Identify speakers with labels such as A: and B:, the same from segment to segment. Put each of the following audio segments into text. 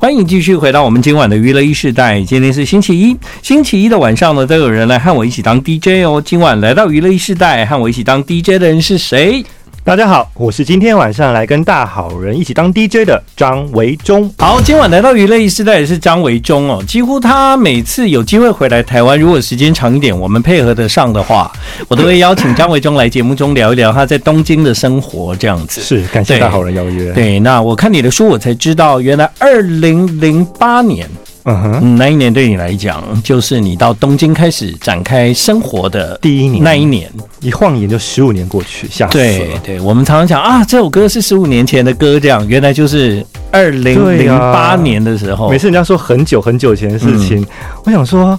A: 欢迎继续回到我们今晚的娱乐一世代，今天是星期一，星期一的晚上呢，都有人来和我一起当 DJ 哦。今晚来到娱乐一世代，和我一起当 DJ 的人是谁？
B: 大家好，我是今天晚上来跟大好人一起当 DJ 的张维忠。
A: 好，今晚来到娱乐一世代也是张维忠哦。几乎他每次有机会回来台湾，如果时间长一点，我们配合得上的话，我都会邀请张维忠来节目中聊一聊他在东京的生活这样子。
B: 是，感谢
A: 对
B: 大好人邀约。，
A: 对，那我看你的书，我才知道原来二零零八年，
B: 嗯哼，
A: 嗯，那一年对你来讲，就是你到东京开始展开生活的
B: 第一年，
A: 那一年。
B: 一晃眼就十五年过去，吓死
A: 对
B: 了。
A: 对，我们常常讲啊，这首歌是十五年前的歌，这样原来就是二零
B: 对
A: 零八
B: 啊
A: 年的时候。
B: 每次人家说很久很久以前的事
A: 嗯
B: 情，我想说。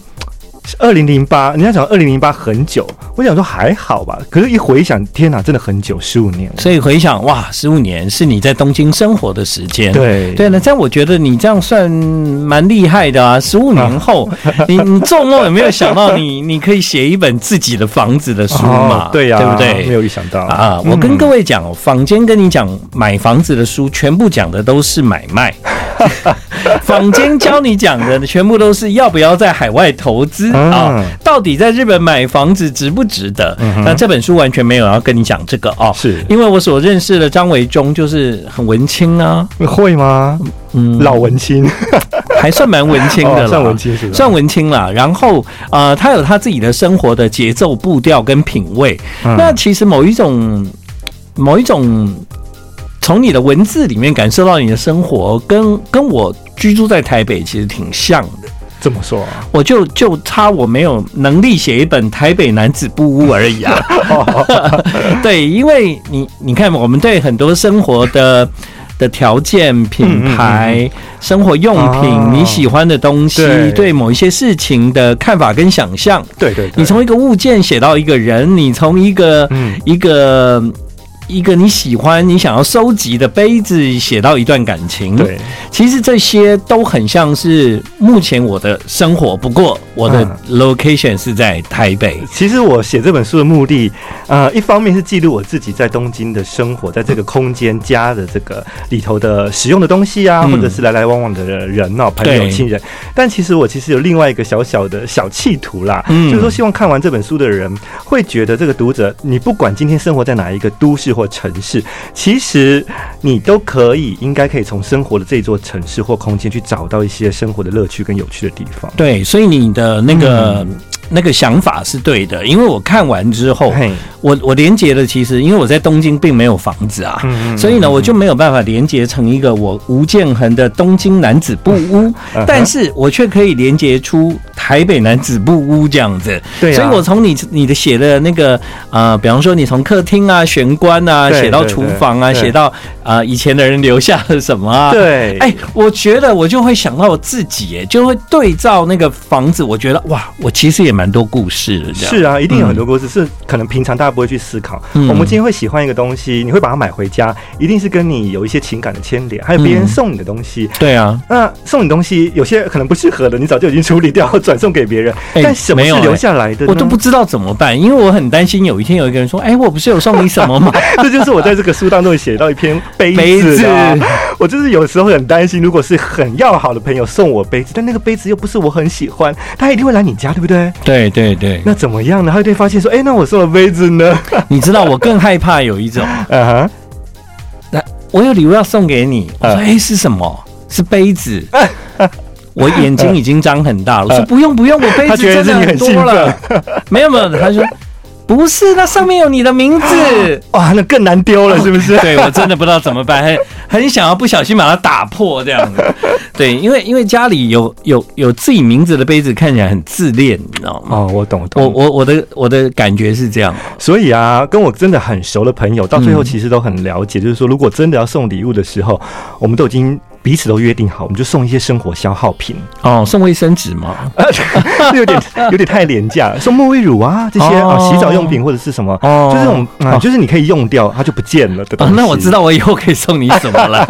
B: 二零零八，人家讲二零零八很久，我想说还好吧，可是一回想，天哪，真的很久，十五年了。
A: 所以回想哇，十五年是你在东京生活的时间。
B: 对
A: 对了，这样我觉得你这样算蛮厉害的啊！十五年 后，你你做梦有没有想到你你可以写一本自己的房子的书嘛？
B: 哦对呀、
A: 对不对？
B: 没有预想到
A: 啊，我跟各位讲哦，坊间跟你讲买房子的书，全部讲的都是买卖。 坊间教你讲的，全部都是要不要在海外投资
B: 嗯
A: 啊？到底在日本买房子值不值得？
B: 嗯
A: 那这本书完全没有要跟你讲这个哦，
B: 是
A: 因为我所认识的张维忠就是很文青啊，
B: 会吗？
A: 嗯，
B: 老文青，
A: 还算蛮文青的啦，
B: 哦算文青是吧？
A: 算文青啦。然后呃，他有他自己的生活的节奏、步调跟品味。
B: 嗯
A: 那其实某一种某一种。从你的文字里面感受到你的生活，跟跟我居住在台北其实挺像的。
B: 这么说啊？
A: 我就就差我没有能力写一本《台北男子不屋》而已啊。 对，因为你你看，我们对很多生活的。的条件、品牌、
B: 嗯
A: 生活用品、
B: 哦
A: 你喜欢的东西，
B: 对
A: 对某一些事情的看法跟想象，
B: 对对对，
A: 你从一个物件写到一个人，你从一个、
B: 嗯
A: 一个一个你喜欢、你想要收集的杯子写到一段感情，
B: 对，
A: 其实这些都很像是目前我的生活，不过我的
B: 嗯
A: location 是在台北。
B: 其实我写这本书的目的，呃，一方面是记录我自己在东京的生活，在这个空间家的这个里头的使用的东西啊，
A: 嗯
B: 或者是来来往往的人哦，朋友
A: 对、
B: 亲人。但其实我其实有另外一个小小的小企图啦，
A: 嗯
B: 就是说希望看完这本书的人会觉得，这个读者你不管今天生活在哪一个都市或城市，其实你都可以，应该可以从生活的这座城市或空间去找到一些生活的乐趣跟有趣的地方。
A: 对，所以你的那个、
B: 嗯
A: 那个想法是对的，因为我看完之后，
B: 嘿，
A: 我我连接了，其实因为我在东京并没有房子啊。
B: 嗯
A: 所以呢，我就没有办法连接成一个我吴建衡的东京男子布屋，
B: 嗯
A: 但是我却可以连接出台北男子布屋这样子。
B: 对啊
A: 所以我从你你的写的那个呃，比方说你从客厅啊、玄关啊，
B: 对
A: 写到厨房啊，
B: 对对
A: 写到呃以前的人留下了什么啊？。
B: 对，
A: 哎、我觉得我就会想到我自己，哎，就会对照那个房子，我觉得哇，我其实也蛮多故事的，这样
B: 是啊，一定有很多故事、是可能平常大家不会去思考。
A: 嗯
B: 我们今天会喜欢一个东西，你会把它买回家，一定是跟你有一些情感的牵连，还有别
A: 嗯
B: 人送你的东西。
A: 对啊，
B: 那送你东西，有些可能不适合的，你早就已经处理掉，或转送给别人。
A: 哎
B: 但什么
A: 没有
B: 是
A: 哎
B: 留下来的呢？
A: 我都不知道怎么办，因为我很担心有一天有一个人说：“哎、我不是有送你什么吗
B: 这就是我在这个书当中写到一篇杯子、啊，
A: 杯子
B: 我就是有时候很担心，如果是很要好的朋友送我杯子，但那个杯子又不是我很喜欢，他一定会来你家，对不对？？”
A: 对对对，
B: 那怎么样呢？他就会发现说，哎、那我送的杯 子呢？
A: 你知道我更害怕有一种，
B: 嗯哼，
A: 我有礼物要送给你，我说：“
B: 嗯哎
A: 哎、是什么？是杯子。” 我眼睛已经张很大了，我说：“不用不 用，我杯
B: 嗯他
A: 子
B: 觉得
A: 真的
B: 是你
A: 很
B: 很
A: 多
B: 兴
A: 了。
B: 奋，”
A: 没有没有，他说：“不是，那上面有你的名字。”
B: 哇，那更难丢了，是不是？
A: 对我真的不知道怎么办，很很想要不小心把它打破这样子。对，因为因为家里有有有自己名字的杯子，看起来很自恋，你知道吗？
B: 哦，我懂，我
A: 嗯我
B: 懂。
A: 我我的我的感觉是这样，
B: 所以啊，跟我真的很熟的朋友，到最
A: 嗯
B: 后其实都很了解，就是说，如果真的要送礼物的时候，我们都已经彼此都约定好，我们就送一些生活消耗品，
A: 哦，送卫生纸嘛，
B: 有点有点太廉价，送沐浴乳啊这些啊、
A: 哦
B: 洗澡用品或者是什么，
A: 哦
B: 就这种啊、
A: 哦
B: 就是你可以用掉，它就不见了的东
A: 啊
B: 西。，
A: 那我知
B: 道，
A: 道我以后可以送你什么 了。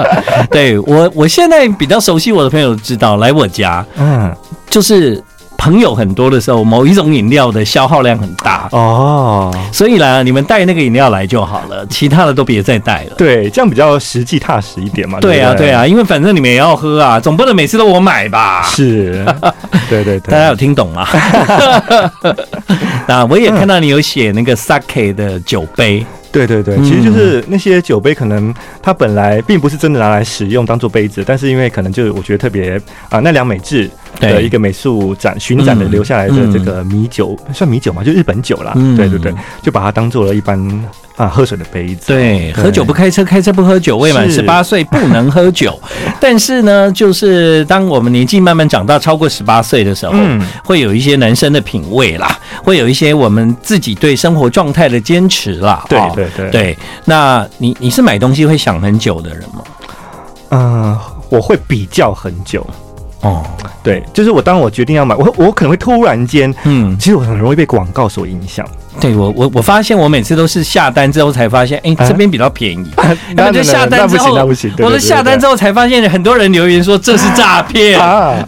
A: 对我我现在比较熟悉我的朋友知道，来我家
B: 嗯，
A: 就是。朋友很多的时候，某一种饮料的消耗量很大，
B: 哦，
A: 所以啦，你们带那个饮料来就好了，其他的都别再带了。
B: 对，这样比较实际踏实一点嘛。
A: 对啊，
B: 不
A: 对，啊，因为反正你们也要喝啊，总不能每次都我买吧？
B: 是，对对
A: 大家
B: 对，
A: 有听懂 吗？ 那我也看到你有写那个 sake 的酒杯，
B: 对对对，
A: 嗯
B: 其实就是那些酒杯，可能它本来并不是真的拿来使用当做杯子，但是因为可能就是我觉得特别啊、奈良美智的
A: 对
B: 一个美术展巡展的
A: 嗯
B: 留下来的这个米酒，算米酒嘛，就日本酒啦。
A: 嗯
B: 对对对，就把它当做了一般啊喝水的杯子。
A: 对，
B: 对
A: 喝酒不开车，开车不喝酒。未满
B: 是
A: 十八岁不能喝 酒，但是呢，就是当我们年纪慢慢长大，超过十八岁的时候，
B: 嗯
A: 会有一些男生的品味啦，会有一些我们自己对生活状态的坚持啦。
B: 对
A: 哦
B: 对对
A: 对，那你你是买东西会想很久的人吗？
B: 嗯、我会比较很久。
A: 哦，
B: 对，就是我当我决定要买，我我可能会突然间，
A: 嗯，
B: 其实我很容易被广告所影响。
A: 对我我我发现我每次都是下单之后才发现，哎、
B: 啊
A: 这边比较便 宜。
B: 那
A: 那就下单之后
B: 那不行，那不行，
A: 我的下单之
B: 后
A: 后才发现，很多人留言说这是诈骗。
B: 啊，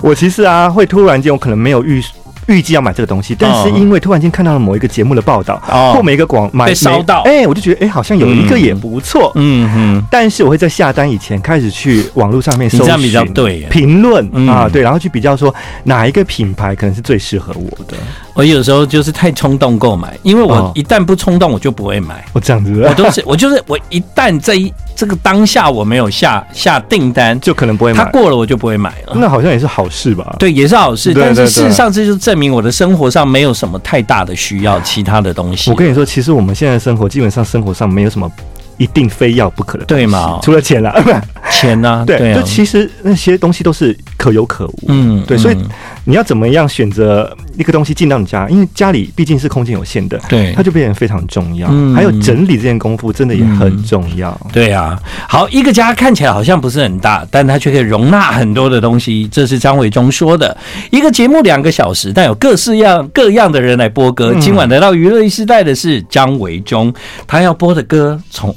B: 我其实啊会突然间，我可能没有预预计要买这个东西，但是因为突然间看到了某一个节目的报道，
A: 嗯哦
B: 或每一个广买
A: 被烧到
B: 每哎、我就觉得哎、好像有一个也不错。
A: 嗯哼。
B: 但是我会在下单以前开始去网络上面搜
A: 你
B: 寻，
A: 这样比较对耶
B: 评论、
A: 嗯
B: 啊，对，然后去比较说哪一个品牌可能是最适合我的，
A: 我有时候就是太冲动购买，因为
B: 哦
A: 我一旦不冲动，我就不会买。
B: 我这样子
A: 我都 是我就是我一旦这一这个当下我没有下下订单，
B: 就可能不会
A: 它
B: 买，
A: 过了嗯我就不会买了。
B: 那好像也是好事吧？
A: 对，也是好事，
B: 对
A: 但
B: 对
A: 是
B: 对
A: 事实上这就证明我的生活上没有什么太大的需要其他的东西
B: 我。跟你说，其实我们现在的生活基本上生活上没有什么一定非要不可的东西，
A: 对嘛
B: 除了钱啦，
A: 钱呢、
B: 对，
A: 啊
B: 就，其实那些东西都是可有可无。
A: 嗯
B: 对，所以
A: 嗯
B: 你要怎么样选择一个东西进到你家？因为家里毕竟是空间有限的，
A: 对
B: 它就变得非常重要。
A: 嗯
B: 还有整理这件功夫真的也很重要。
A: 对啊，好，一个家看起来好像不是很大，但它却可以容纳很多的东西，这是张伟忠说的。一个节目两个小时，但有各式样各样的人来播歌。
B: 嗯
A: 今晚来到娱乐一时代的是张伟忠，他要播的歌从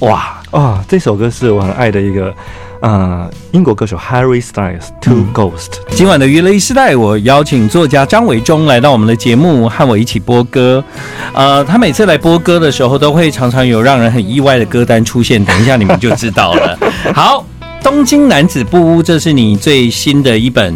A: 哇，
B: 啊、这首歌是我很爱的一个，呃，英国歌手 Harry Styles《Two
A: 嗯
B: Ghost》
A: 今晚的娱乐一时代，我邀请作家张伟忠来到我们的节目，和我一起播歌。呃，他每次来播歌的时候，都会常常有让人很意外的歌单出现，等一下你们就知道 了。好，《东京男子布屋》，这是你最新的一本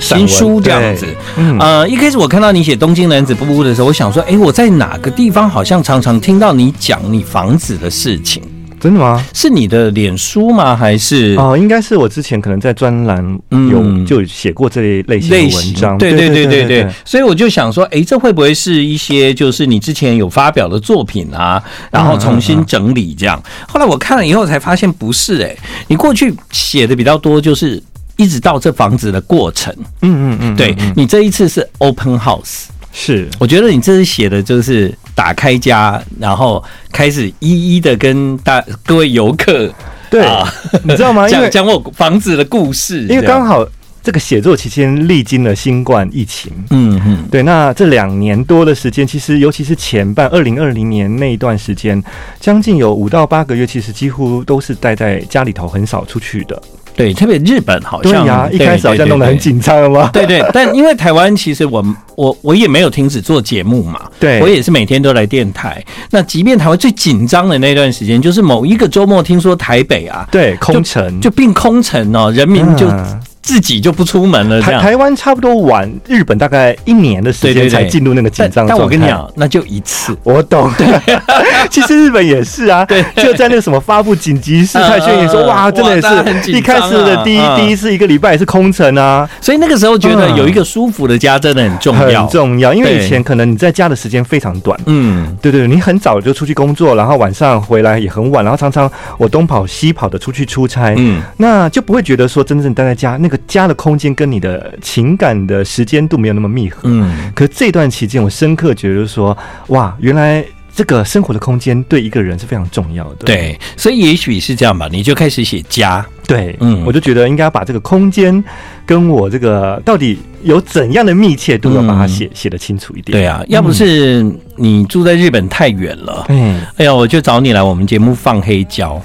B: 散文
A: 新书，这样子
B: 对。嗯，
A: 呃，一开始我看到你写《东京男子布屋》的时候，我想说，诶，我在哪个地方好像常常听到你讲你房子的事情？
B: 真的吗？
A: 是你的脸书吗？还是？
B: 哦、应该是我之前可能在专栏有、
A: 嗯
B: 就写过这类类型的文章，
A: 对对对对对，所以我就想说，诶，这会不会是一些就是你之前有发表的作品啊，然后重新整理这样？后来我看了以后才发现不是、诶，你过去写的比较多就是。一直到这房子的过程，
B: 嗯嗯嗯，
A: 对
B: 嗯嗯
A: 你这一次是 open house，
B: 是
A: 我觉得你这次写的就是打开家，然后开始一一的跟大各位游客
B: 对
A: 啊，
B: 你知 道吗？因
A: 讲
B: 为
A: 讲我房子的故事，
B: 因为
A: 这样
B: 刚好这个写作期间历经了新冠疫情。
A: 嗯嗯
B: 对，那这两年多的时间，其实尤其是前半二零二零年那一段时间，将近有五到八个月，其实几乎都是待在家里头，很少出去的。
A: 对，特别日本好
B: 对
A: 像
B: 呀、一开始好像弄得很。紧张了 吗？
A: 对对对对对，但因为台湾其实我我我也没有停止做节目嘛，
B: 对
A: 我也是每天都来电台。那即便台湾最紧张的那段时间，就是某一个周末，听说台北啊
B: 对，空城
A: 就并空城哦，人民就
B: 嗯
A: 自己就不出门了这
B: 台
A: 样。
B: 台湾差不多晚日本大概一年的时
A: 对
B: 间
A: 对对
B: 才进入那个紧
A: 但
B: 张的
A: 但我
B: 状
A: 跟你
B: 态。
A: 讲，那就一次，
B: 我懂， 其实日本也是啊，就在那什么发布紧急事态宣言说，
A: 嗯嗯嗯
B: 哇，
A: 哇
B: 真的也
A: 大家很
B: 是
A: 紧张啊
B: 一开始的第一
A: 嗯
B: 第一次一个礼拜也是空城啊，
A: 所以那个时候觉得有一个舒服的家真的很重
B: 嗯很
A: 要。
B: 重要，因为以
A: 对
B: 前可能你在家的时间非常短。
A: 嗯，
B: 对对，你很早就出去工作，然后晚上回来也很晚，然后常常我东跑西跑的出去出差，
A: 嗯
B: 那就不会觉得说真正待在家，那个家的空间跟你的情感的时间度没有那么密合。
A: 嗯，
B: 可这段期间，我深刻觉得说，哇，原来这个生活的空间对一个人是非常重要的。
A: 对，所以也许是这样吧，你就开始写家，
B: 对，嗯
A: 嗯，
B: 我就觉得应该要把这个空间跟我这个到底有怎样的密切度，要把它写写得清楚一点。
A: 嗯对啊，要不是你住在日本太远了，
B: 哎，
A: 哎呀，我就找你来我们节目放黑胶。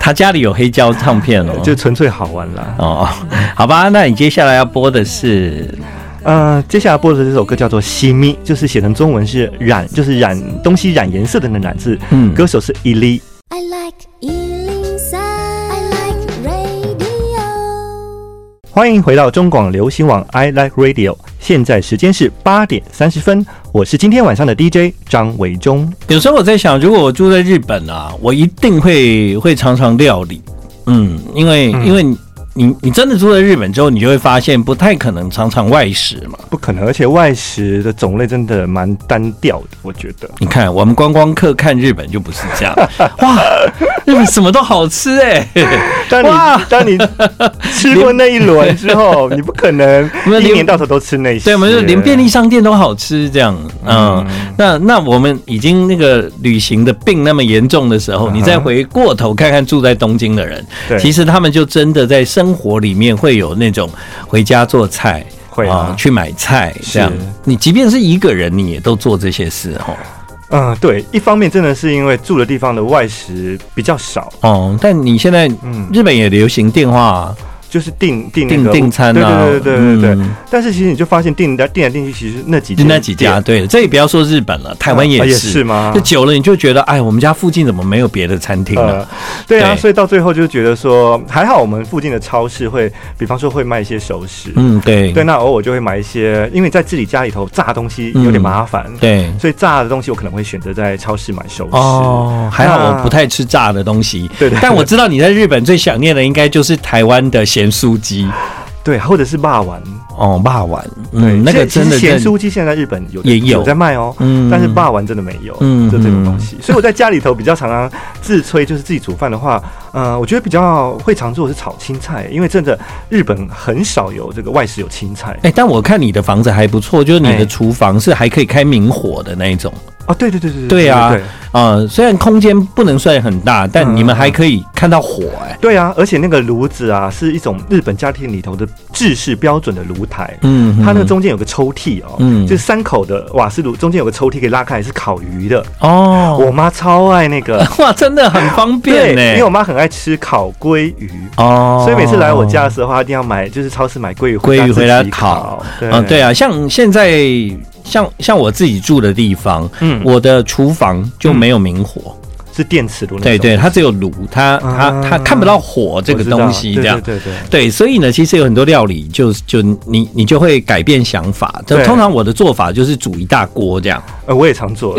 A: 他家里有黑胶唱片哦，
B: 就纯粹好玩啦。
A: 哦，好吧，那你接下来要播的是
B: 呃，接下来播的这首歌叫做《西咪》，就是写成中文是染，就是染东西染颜色的那染字。
A: 嗯
B: 歌手是 Eli。
C: I like Ealing Sound. I like radio.
B: 欢迎回到中广流行网 I Like Radio，现在时间是八点三十分，我是今天晚上的 DJ 张伟忠。
A: 有时候我在想，如果我住在日本啊，我一定会会常常料理。嗯，因为、
B: 嗯
A: 因为你你你真的住在日本之后，你就会发现不太可能常常外食嘛。
B: 不可能，而且外食的种类真的蛮单调的，我觉得。
A: 你看我们观光客看日本就不是这 样，哇，日本什么都好吃哎、
B: 当
A: 哇
B: 你当你吃过那一轮之后，你不可能
A: 我们
B: 一
A: 连
B: 年到头都吃那些。
A: 对，我们就连便利商店都好吃这样，嗯，那那我们已经那个旅行的病那么严重的时候，你再回过头看看住在东京的人，
B: 嗯对
A: 其实他们就真的在生活里面会有那种回家做菜。哦
B: 会啊
A: 去买菜这样
B: 是，
A: 你即便是一个人，你也都做这些事哦。
B: 嗯，对，一方面真的是因为住的地方的外食比较少，
A: 哦，但你现在
B: 嗯
A: 日本也流行电话啊、
B: 就是订订那
A: 订
B: 个
A: 订餐啊，
B: 对对对对对对。
A: 嗯
B: 但是其实你就发现订来订来订去，其实那几
A: 就嗯那几家，
B: 店
A: 对，这也不要说日本了，台湾也
B: 啊
A: 是，
B: 也是吗
A: 就久了你就觉得，哎，我们家附近怎么没有别的餐厅了？
B: 呃，对啊，
A: 对
B: 所以到最后就觉得说，还好我们附近的超市会，比方说会卖一些熟食，
A: 嗯，对，
B: 对，那偶尔就会买一些，因为在自己家里头炸东西有点麻烦，
A: 嗯对
B: 所以炸的东西我可能会选择在超市买熟食。
A: 哦，还好
B: 那
A: 我不太吃炸的东西，
B: 对对
A: 但我知道你在日本最想念的应该就是台湾的咸酥 鸡，
B: 对，或者是霸丸，
A: 哦，霸丸，
B: 对，
A: 嗯，那个
B: 其实
A: 真的
B: 咸
A: 是
B: 酥鸡现在在日本有的
A: 也有
B: 在卖哦，
A: 嗯
B: 但是霸丸真的没有，
A: 嗯
B: 就这种东西。所以我在家里头比较常常自吹，就是自己煮饭的话，呃，我觉得比较会常做的是炒青菜，因为真的日本很少有这个外食有青菜
A: 哎、但我看你的房子还不错，就是你
B: 哎
A: 的厨房是还可以开明火的那一种，
B: 哦，对对对对
A: 对啊
B: 对
A: 呃，虽然空间不能算很大，但
B: 嗯
A: 你们还可以看到火、哎，
B: 对啊，而且那个炉子啊，是一种日本家庭里头的制式标准的炉台，
A: 嗯，
B: 它那
A: 嗯
B: 中间有个抽屉哦，
A: 嗯
B: 就是三口的瓦斯炉中间有个抽屉可以拉开，是烤鱼的。
A: 哦，
B: 我妈超爱 那个，
A: 哇，真的很方便呢、
B: 因为我妈很爱吃烤鲑鱼。
A: 哦
B: 所以每次来我家的时候，她一定要买，就是超市买鲑鱼，
A: 鲑鱼回来
B: 自己
A: 烤
B: 烤。
A: 啊，对啊，像现在像像我自己住的地方，
B: 嗯
A: 我的厨房就没有明火，
B: 是电磁炉那种。
A: 对对，它只有炉，它它
B: 啊
A: 它看不到火这
B: 我
A: 个
B: 知道
A: 东西，这样。
B: 对对对对
A: 对，所以呢，其实有很多料理就，就你你就会改变想法。就
B: 对
A: 通常我的做法就是煮一大锅这样。
B: 呃，我也常做，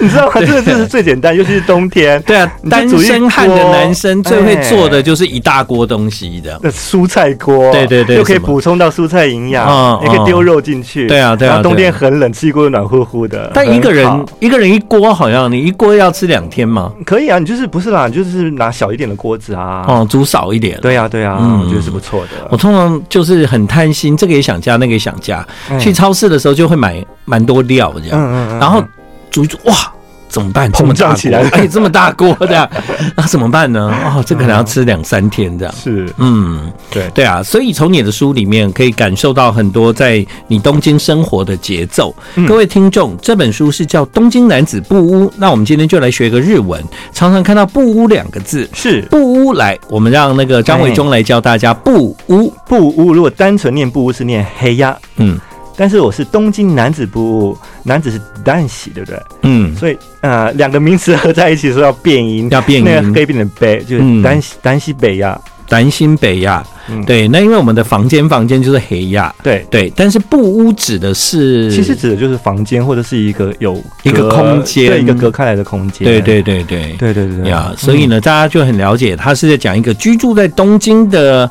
B: 你知道吗？这个就是最简单，尤其是冬天。
A: 对啊，
B: 你就
A: 单
B: 煮一
A: 身汉的
B: 锅
A: 男生最会做的
B: 哎
A: 就是一大锅东西的。
B: 那蔬菜锅，啊
A: 对对对
B: 又可以
A: 什么
B: 补充到蔬菜营养
A: 嗯，
B: 也可
A: 嗯
B: 以丢肉进去。
A: 对啊对啊
B: 然后冬
A: 对啊
B: 天很冷，吃一锅暖乎乎的。
A: 但一个
B: 很
A: 人
B: 好
A: 一个人一锅，好像你一锅要吃两天嘛。
B: 可以啊，你就是不是啦，你就是拿小一点的锅子啊。
A: 哦，煮少一点。
B: 对啊对啊，
A: 嗯
B: 我觉得是不错的。
A: 我通常就是很贪心，这个也想加，那个也想加。去超市的时候就会买蛮多料这样，
B: 嗯嗯
A: 然后煮一煮哇，怎么办？这
B: 膨
A: 么大
B: 胀
A: 锅
B: 起来了
A: 哎，这么大锅这 样，那怎么办呢？哦，这可能要吃两三天这样。
B: 是
A: 嗯，
B: 对
A: 对啊，所以从你的书里面可以感受到很多在你东京生活的节奏。
B: 嗯
A: 各位听众，这本书是叫《东京男子布屋》，那我们今天就来学个日文。常常看到“布屋”两个字，
B: 是
A: 布屋来，我们让那个张
B: 哎
A: 伟忠来教大家布屋。
B: 布屋，如果单纯念布屋是念黑鸭，
A: 嗯
B: 但是我是东京男子布屋，男子是男喜，对不对？
A: 嗯，
B: 所以呃，两个名词合在一起说要变音，
A: 要变
B: 那个可
A: 音。
B: 以变成北，就
A: 嗯
B: 是单喜单西北亚。
A: 南新北亚，
B: 嗯
A: 对，那因为我们的房间房间就是黑亚，
B: 对，
A: 对，但是布屋指的是，
B: 其实指的就是房间或者是一个有
A: 一个
B: 隔
A: 空间
B: 对一个隔开来的空间。
A: 对对对对
B: 对啊对对嗯对
A: 呀，所以呢，大家就很了解，他是在讲一个居住在东京的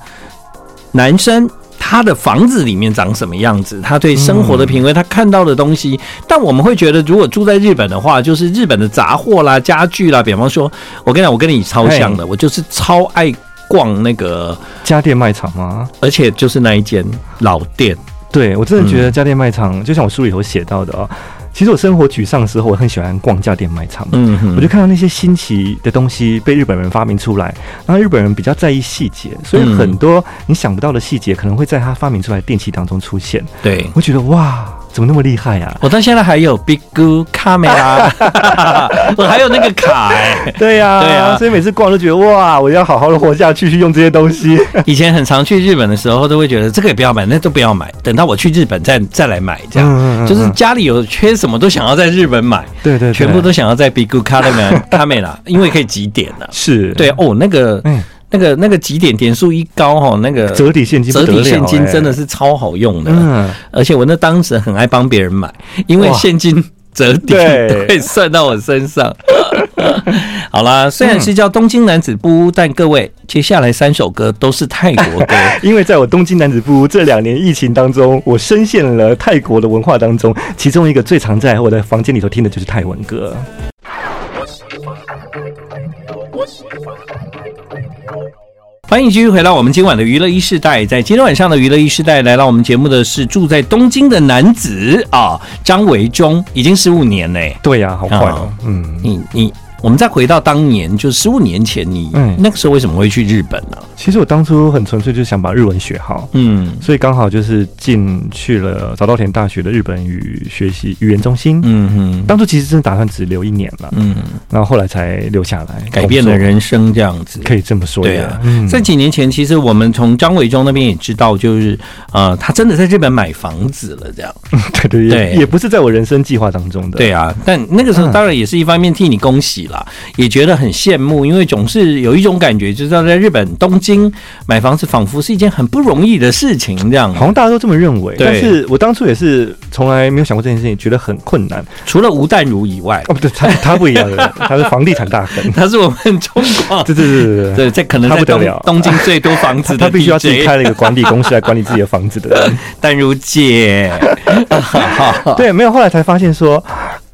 A: 男生。他的房子里面长什么样子？他对生活的品
B: 嗯
A: 味，他看到的东西。但我们会觉得，如果住在日本的话，就是日本的杂货啦、家具啦。比方说，我跟你讲，我跟你超像的，我就是超爱逛那个，
B: 家电卖场吗？
A: 而且就是那一间老店。
B: 对我真的觉
A: 嗯
B: 得家电卖场，就像我书里头写到的哦，其实我生活沮丧的时候，我很喜欢逛家电卖场。
A: 嗯哼
B: 我就看到那些新奇的东西被日本人发明出来，然后日本人比较在意细节，所以
A: 嗯
B: 很多你想不到的细节可能会在他发明出来的电器当中出现。
A: 对，
B: 我觉得哇，怎么那么厉害啊呀、
A: 我到现在还有 Big Goo Camera，我还有那个卡哎、
B: 对呀、
A: 对呀
B: 所以每次逛都觉得哇，我要好好的活下去，去用这些东西。
A: 以前很常去日本的时候，都会觉得这个也不要买，那都不要买，等到我去日本再再来买，这样、
B: 嗯嗯嗯
A: 就是家里有缺什么都想要在日本买，
B: 对对对
A: 全部都想要在 Big Good Camera Camera，因为可以几点呢、啊？
B: 是
A: 对哦，那个、
B: 嗯
A: 那个那个几点点数一高哦，那个
B: 折抵现金不
A: 折
B: 得了，
A: 抵现金
B: 哎
A: 真的是超好用的，
B: 嗯，
A: 而且我那当时很爱帮别人买，因为
B: 哇
A: 现金折抵
B: 对
A: 都会算到我身上。 好啦，虽然是叫东京男子不屋，但各位接下来三首歌都是泰国 歌。
B: 因为在我东京男子部屋这两年疫情当中，我深陷了泰国的文化当中，其中一个最常在我的房间里头听的就是泰文歌。
A: 欢迎继续回到我们今晚的娱乐一世代，在今天晚上的娱乐一世代，来到我们节目的是住在东京的男子啊，张维忠，已经十五年嘞、
B: 对呀、好快哦
A: 哦，
B: 嗯。
A: 你你，我们再回到当年，就十五年前你，
B: 嗯
A: 那个时候为什么会去日本呢、
B: 其实我当初很纯粹，就是想把日文学好，
A: 嗯
B: 所以刚好就是进去了早稻田大学的日本语学习语言中心。
A: 嗯哼
B: 当初其实真的打算只留一年了，
A: 嗯，
B: 然后后来才留下来，
A: 改变了
B: 工作，
A: 人生这样子。
B: 可以这么说。
A: 对啊，
B: 嗯
A: 在几年前，其实我们从张伟忠那边也知道，就是呃，他真的在日本买房子了，这样。
B: 对对
A: 对
B: 也也不是在我人生计划当中的。
A: 对啊，但那个时候当然也是一方面替你恭喜啦，也觉得很羡慕，因为总是有一种感觉，就是要在日本东京买房子，仿佛是一件很不容易的事情这样。
B: 好像大家都这么认为，
A: 对
B: 但是我当初也是从来没有想过这件事情，觉得很困难。
A: 除了吴淡如以外，
B: 哦，不对，他他不一样的，他是房地产大亨。
A: 他是我们中国
B: 对对对对对，
A: 对，在可能
B: 他
A: 在
B: 不得
A: 东
B: 了
A: 东京最多房子
B: 他
A: 的
B: 他必须要自己
A: DJ
B: 开了一个管理公司来管理自己的房子的 人。
A: 淡如姐，
B: 对，没有。后来才发现说，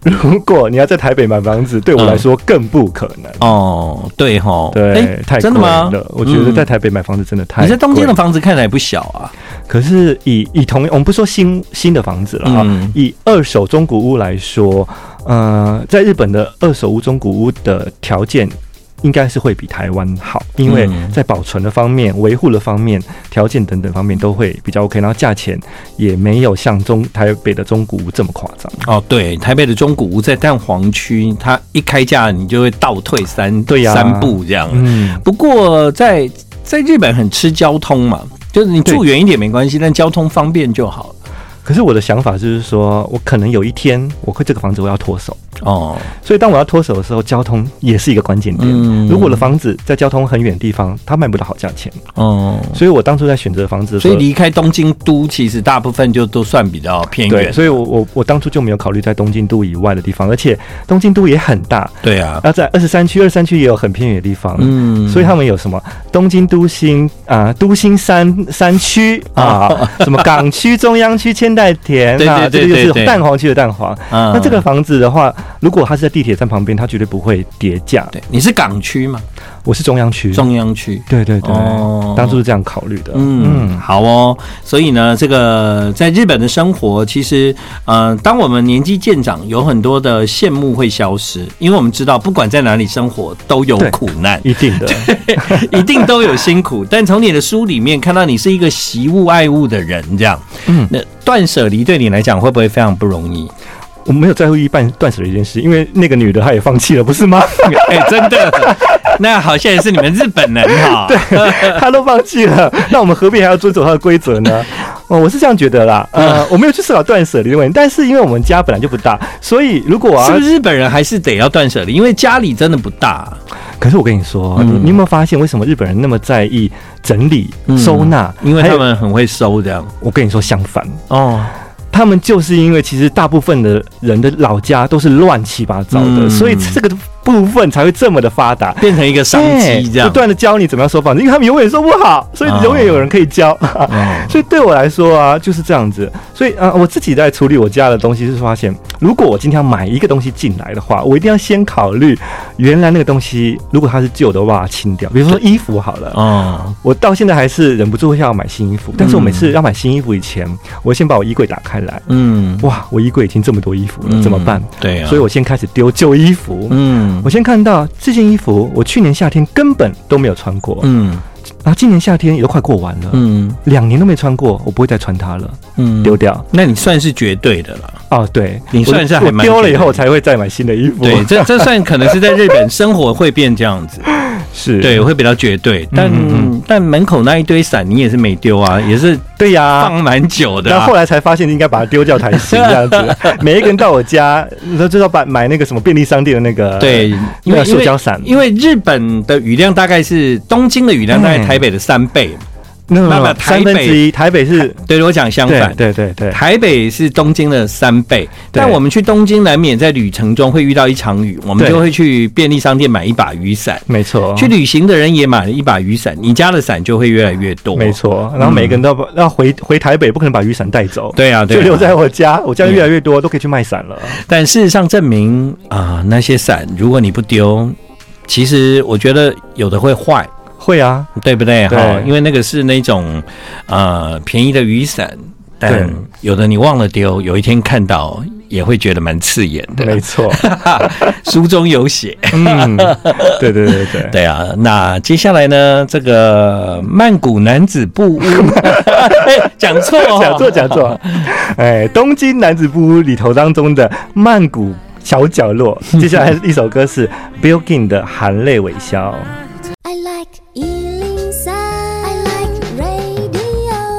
B: 如果你要在台北买房子，对我来说更不可能。
A: 哦，对吼，
B: 对
A: 哎，
B: 太
A: 真的吗
B: 贵了？我觉得
A: 嗯
B: 在台北买房子真的太……
A: 你在东京的，房子看起来也不小啊，
B: 可是以以同我们不说新新的房子了啊，
A: 嗯
B: 以二手中古屋来说，呃，在日本的二手屋、中古屋的条件。应该是会比台湾好，因为
A: 嗯
B: 在保存的方面、维护的方面、条件等等方面都会比较 OK，然后价钱也没有像中台北的中古屋这么夸张。
A: 哦，对，台北的中古屋在蛋黄区，它一开价你就会倒退三
B: 对呀
A: 三步这样。
B: 嗯，
A: 不过在在日本很吃交通嘛，就是你住
B: 对
A: 远一点没关系，但交通方便就好了。
B: 可是我的想法就是说，我可能有一天我会这个房子我要脱手，
A: 哦，
B: 所以当我要脱手的时候，交通也是一个关键点。
A: 嗯
B: 如果我的房子在交通很远的地方，它卖不到好价钱，
A: 哦，
B: 所以我当初在选择房子的时
A: 所
B: 候，
A: 以离开东京都，其实大部分就都算比较偏
B: 对，
A: 远。
B: 所以我我我当初就没有考虑在东京都以外的地方，而且东京都也很大，
A: 对啊，
B: 而在二十三区，二十三区也有很偏远的地方。
A: 嗯，
B: 所以他们有什么东京都心啊、都心山山区 啊，什么港区、中央区、千代田
A: 对
B: 啊，
A: 对对
B: 这个就
A: 对对
B: 是蛋黄区的蛋黄。
A: 嗯
B: 那这个房子的话，如果它是在地铁站旁边，它绝对不会跌价。
A: 对你是港区嘛，
B: 我是中央区，
A: 中央区。
B: 对对对，
A: 哦
B: 当初是这样考虑的。
A: 嗯，好哦。所以呢，这个在日本的生活，其实，呃，当我们年纪渐长，有很多的羡慕会消失，因为我们知道，不管在哪里生活，都有
B: 对
A: 苦 难，
B: 一 定的，
A: 一定都有辛苦。但从你的书里面看到，你是一个习物爱物的人，这样，
B: 嗯
A: 那断舍离对你来讲会不会非常不容 易？
B: 我没有在乎一半断舍离这件事，因为那个女的她也放弃了，不是吗？
A: 哎、真的，那好像也是你们日本人 哈。对，
B: 她都放弃 了，那我们何必还要遵守她的规则呢？哦，我是这样觉得啦。呃，我没有去思考断舍离的问题，但是因为我们家本来就不大，所以如果我
A: 是
B: 要
A: 不是日本人还是得要断舍离？因为家里真的不大。
B: 可是我跟你说，你
A: 嗯
B: 你有没有发现为什么日本人那么在意整理、
A: 嗯
B: 收纳？
A: 因为
B: 还
A: 他
B: 有，
A: 们很会收这样。
B: 我跟你说相反，
A: 哦，
B: 他们就是因为其实大部分的人的老家都是乱七八糟的，
A: 嗯
B: 所以这个部分才会这么的发达。
A: 变成一个商
B: 哎
A: 机这样
B: 不。断的教你怎么样收房子，因为他们永远收不好，所以
A: 啊
B: 永远有人可以教。
A: 嗯
B: 所以对我来说啊，就是这样子。所以啊、呃我自己在处理我家的东西，是发现，如果我今天要买一个东西进来的话，我一定要先考虑原来那个东西，如果它是旧的，我把它清掉。比如说衣服好了，
A: 哦，
B: 我到现在还是忍不住会要买新衣服，但是我每次要买新衣服以前，我先把我衣柜打开来，
A: 嗯，
B: 哇，我衣柜已经这么多衣服了，怎么办？？
A: 对啊，
B: 所以我先开始丢旧衣服。
A: 嗯
B: 我先看到这件衣服，我去年夏天根本都没有穿过，
A: 嗯
B: 然后今年夏天也都快过完了，
A: 嗯
B: 两年都没穿过，我不会再穿它了，
A: 嗯，
B: 丢掉。
A: 那你算是绝对的了。
B: 哦，对，
A: 你算是
B: 我
A: 还
B: 我
A: 蛮
B: 丢了以后
A: 有
B: 我才会再买新的衣服。
A: 对，这这算可能是在日本生活会变这样 子，
B: 是，
A: 对，会比较绝对。但
B: 嗯
A: 但门口那一堆伞你也是没丢啊，也是
B: 对呀、
A: 放蛮久的
B: 然后
A: 啊
B: 后。来才发现应该把它丢掉才行，这样子。每一个人到我家，都知道把买那个什么便利商店的那个
A: 对，因
B: 那
A: 为因
B: 个呃啊塑
A: 为
B: 胶伞，
A: 因为日本的雨量大概是东京的雨量大概
B: 嗯
A: 台北的三倍，
B: 那
A: 那么
B: 个
A: 台
B: 三分之一，台北是，
A: 对我讲相
B: 对
A: 反，
B: 对对对，
A: 台北是东京的三倍，但我们去东京难免在旅程中会遇到一场雨，我们
B: 对哦
A: 就会去便利商店买一把雨伞。
B: 没错，
A: 去旅行的人也买了一把雨伞，你家的伞就会越来越多。
B: 没，错。然后每个人都要要回回台北，不可能把雨伞带走，
A: 对啊，
B: 就
A: 对
B: 留
A: 啊。
B: 在我家，我家越来越多，都可以去卖伞了。
A: 但事实上证明啊、那些伞如果你不丢，其实我觉得有的会坏，
B: 会啊，
A: 对不对？
B: 对
A: 哈，因为那个是那种呃便宜的雨伞，但
B: 对
A: 有的你忘了丢，有一天看到也会觉得蛮刺眼的。
B: 没错，
A: 书中有写。
B: 嗯，对对对对。
A: 对啊，那接下来呢？这个曼谷男子布屋， 哎讲错、哦，
B: 讲座讲座，哎，东京男子布屋里头当中的曼谷小角落。 接下来一首歌是 Bill King 的《含泪微笑》。
C: I like Ealing Sound. I like radio.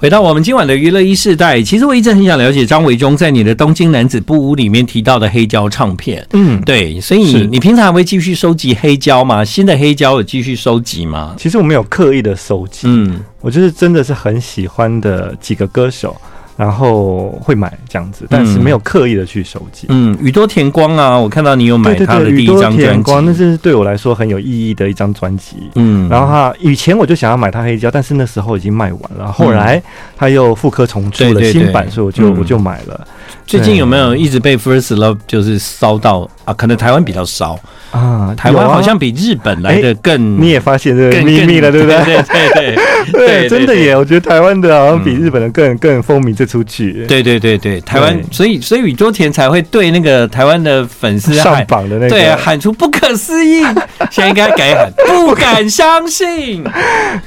A: 回到我们今晚的娱乐一世代，其实我一直很想了解张维忠在你的《东京男子布屋》里面提到的黑胶唱片。
B: 嗯，
A: 对，所以
B: 是
A: 你你平常还会继续收集黑胶吗？新的黑胶有继续收集吗？
B: 其实我没有刻意的收集，
A: 嗯，
B: 我就是真的是很喜欢的几个歌手，然后会买这样子，但是没有刻意的去收集。
A: 嗯，宇多田光啊，我看到你有买
B: 对对
A: 他的第
B: 对，宇
A: 一
B: 多
A: 张专
B: 田光，那
A: 辑，
B: 是对我来说很有意义的一张专辑。
A: 嗯，
B: 然后他以前我就想要买他黑胶，但是那时候已经卖完了。后来他又复刻重出了
A: 嗯对对对
B: 新版，所以我就
A: 嗯
B: 我就买了。
A: 最近有没有一直被 First Love 就是烧到啊？可能台湾比较烧，
B: 啊，
A: 台
B: 有
A: 湾
B: 啊哎
A: 好像比日本来的更、
B: 你也发现这个
A: 更
B: 秘密了，对不对？
A: 对对对对对
B: 真的耶！我觉得台湾的好像比
A: 嗯
B: 日本的更更风靡这出剧，
A: 对对对对，台湾
B: 对，
A: 所以所以宇多田才会对那个台湾的粉丝
B: 上
A: 喊。
B: 榜的那个，
A: 啊对，喊出不可思议！现在应该改 喊不敢相信。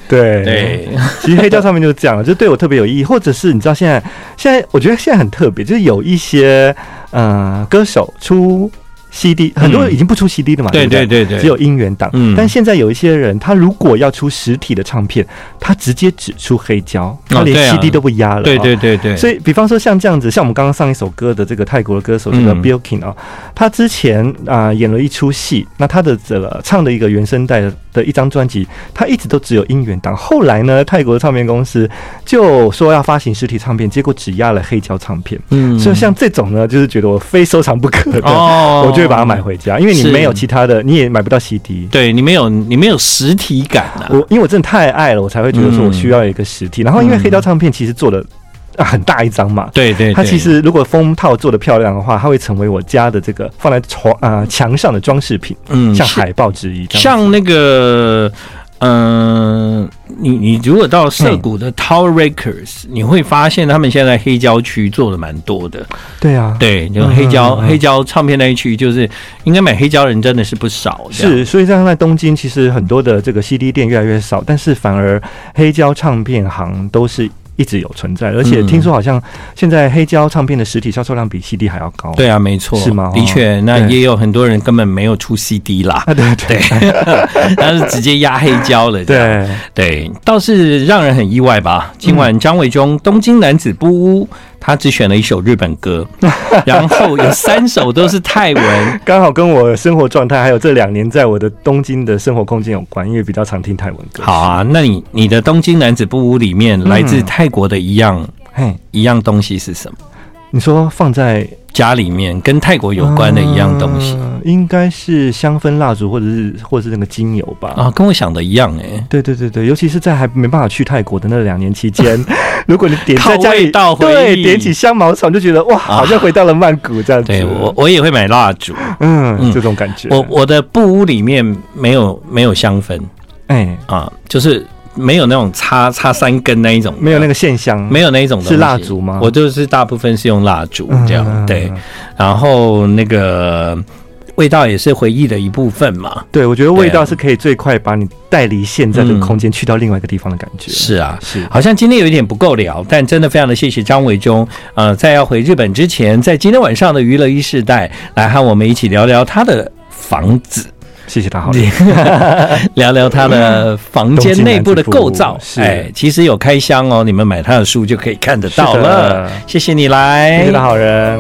B: 对
A: 对，
B: 其实黑胶上面就是这样了，就对我特别有意义，或者是你知道现在现在我觉得现在很特别，就是有一些呃歌手出 CD，很多人已经不出 CD 了嘛，
A: 嗯对
B: 不对
A: 对对对，
B: 只有音源档，
A: 嗯
B: 但现在有一些人，他如果要出实体的唱片，他直接只出黑胶，他
A: 对
B: 连
A: 啊
B: CD 都不压了、
A: 对对对对，
B: 所
A: 以
B: 以，比方说像这样子，像我们刚刚上一首歌的这个泰国的歌手，这个
A: 嗯
B: Bill King 啊、他之前啊、呃演了一出戏，那他的这个唱的一个原声带的的一张专辑，他一直都只有音源档。后来呢，泰国的唱片公司就说要发行实体唱片，结果只压了黑胶唱片。
A: 嗯
B: 所以像这种呢，就是觉得我非收藏不可的，
A: 哦
B: 我就会把它买。回家，因为你
A: 是
B: 没有其他的，你也买不到 CD。
A: 对，你没有你没有实体感啊。
B: 我因为我真的太爱了，我才会觉得
A: 嗯
B: 说我需要一个实体。然后因为黑胶唱片其实做的、啊、很大一张嘛，
A: 对对，对
B: 它其实如果封套做的漂亮的话，它会成为我家的这个放在床啊墙上的装饰品，
A: 嗯
B: 像海报之一这样。
A: 像那个，嗯、你你如果到涩
B: 嗯
A: 谷的 Tower Records，、你会发现他们现在黑胶区做的蛮多的。
B: 对啊，
A: 对，就黑胶、
B: 嗯嗯嗯
A: 黑胶唱片那一区，就是应该买黑胶人真的是不少。这样，
B: 是，所以像在东京，其实很多的这个 CD 店越来越少，但是反而黑胶唱片行都是一直有存在，而且
A: 嗯
B: 听说好像现在黑胶唱片的实体销售量比 CD 还要高。
A: 对啊，没错，
B: 是吗哦
A: 的确，那
B: 对
A: 也有很多人根本没有出 CD 啦，
B: 啊，对对
A: 但是直接压黑胶了。这样
B: 对，
A: 对，倒是让人很意外吧。今
B: 嗯
A: 晚张伟忠《东京男子不屋》，他只选了一首日本 歌，然后有三首都是泰文。
B: 刚好跟我生活状态还有这两年在我的东京的生活空间有关，因为比较常听泰文歌。
A: 好，啊，那你你的《东京男子不屋》里
B: 嗯
A: 面来自泰国的一样、
B: 嘿，
A: 一样东西是什么？
B: 你说放在
A: 家里面跟泰国有关的一样东西
B: 呃应该是香氛蜡烛或者是或者是那个精油吧。
A: 啊，跟我想的一样哎、
B: 对对对对，尤其是在还没办法去泰国的那两年 期间，如果你点
A: 靠
B: 在家
A: 味
B: 里
A: 道回
B: 对
A: 忆啊
B: 点起香茅草，就觉得哇，好像回到了曼谷这样子。
A: 对我我也会买蜡烛，嗯
B: 嗯，这种感觉。
A: 我我的布屋里面没有没有香氛
B: 哎，
A: 啊，就是没有那种插插三根那一种，
B: 没有那个现象，
A: 没有那一种东西
B: 是蜡烛吗
A: 我就是大部分是用蜡烛
B: 嗯
A: 这样、
B: 嗯
A: 对
B: 嗯，
A: 然后那个。味道也是回忆的一部分嘛。
B: 对，我觉得味
A: 对
B: 道
A: 啊
B: 是可以最快把你带离现在这个空间，去到另外一个地方的感觉。
A: 嗯是啊，
B: 是，
A: 好像今天有一点不够聊，但真的非常的谢谢张伟忠。呃，在要回日本之前，在今天晚上的娱乐一世代来和我们一起聊聊他的房子，
B: 谢谢大豪。
A: 聊聊他的房间内部的构造
B: 嗯东。京男子部
A: 哎，其实有开箱哦，你们买他的书就可以看得到
B: 是的
A: 了。谢谢你来，哎
B: 谢谢大好人。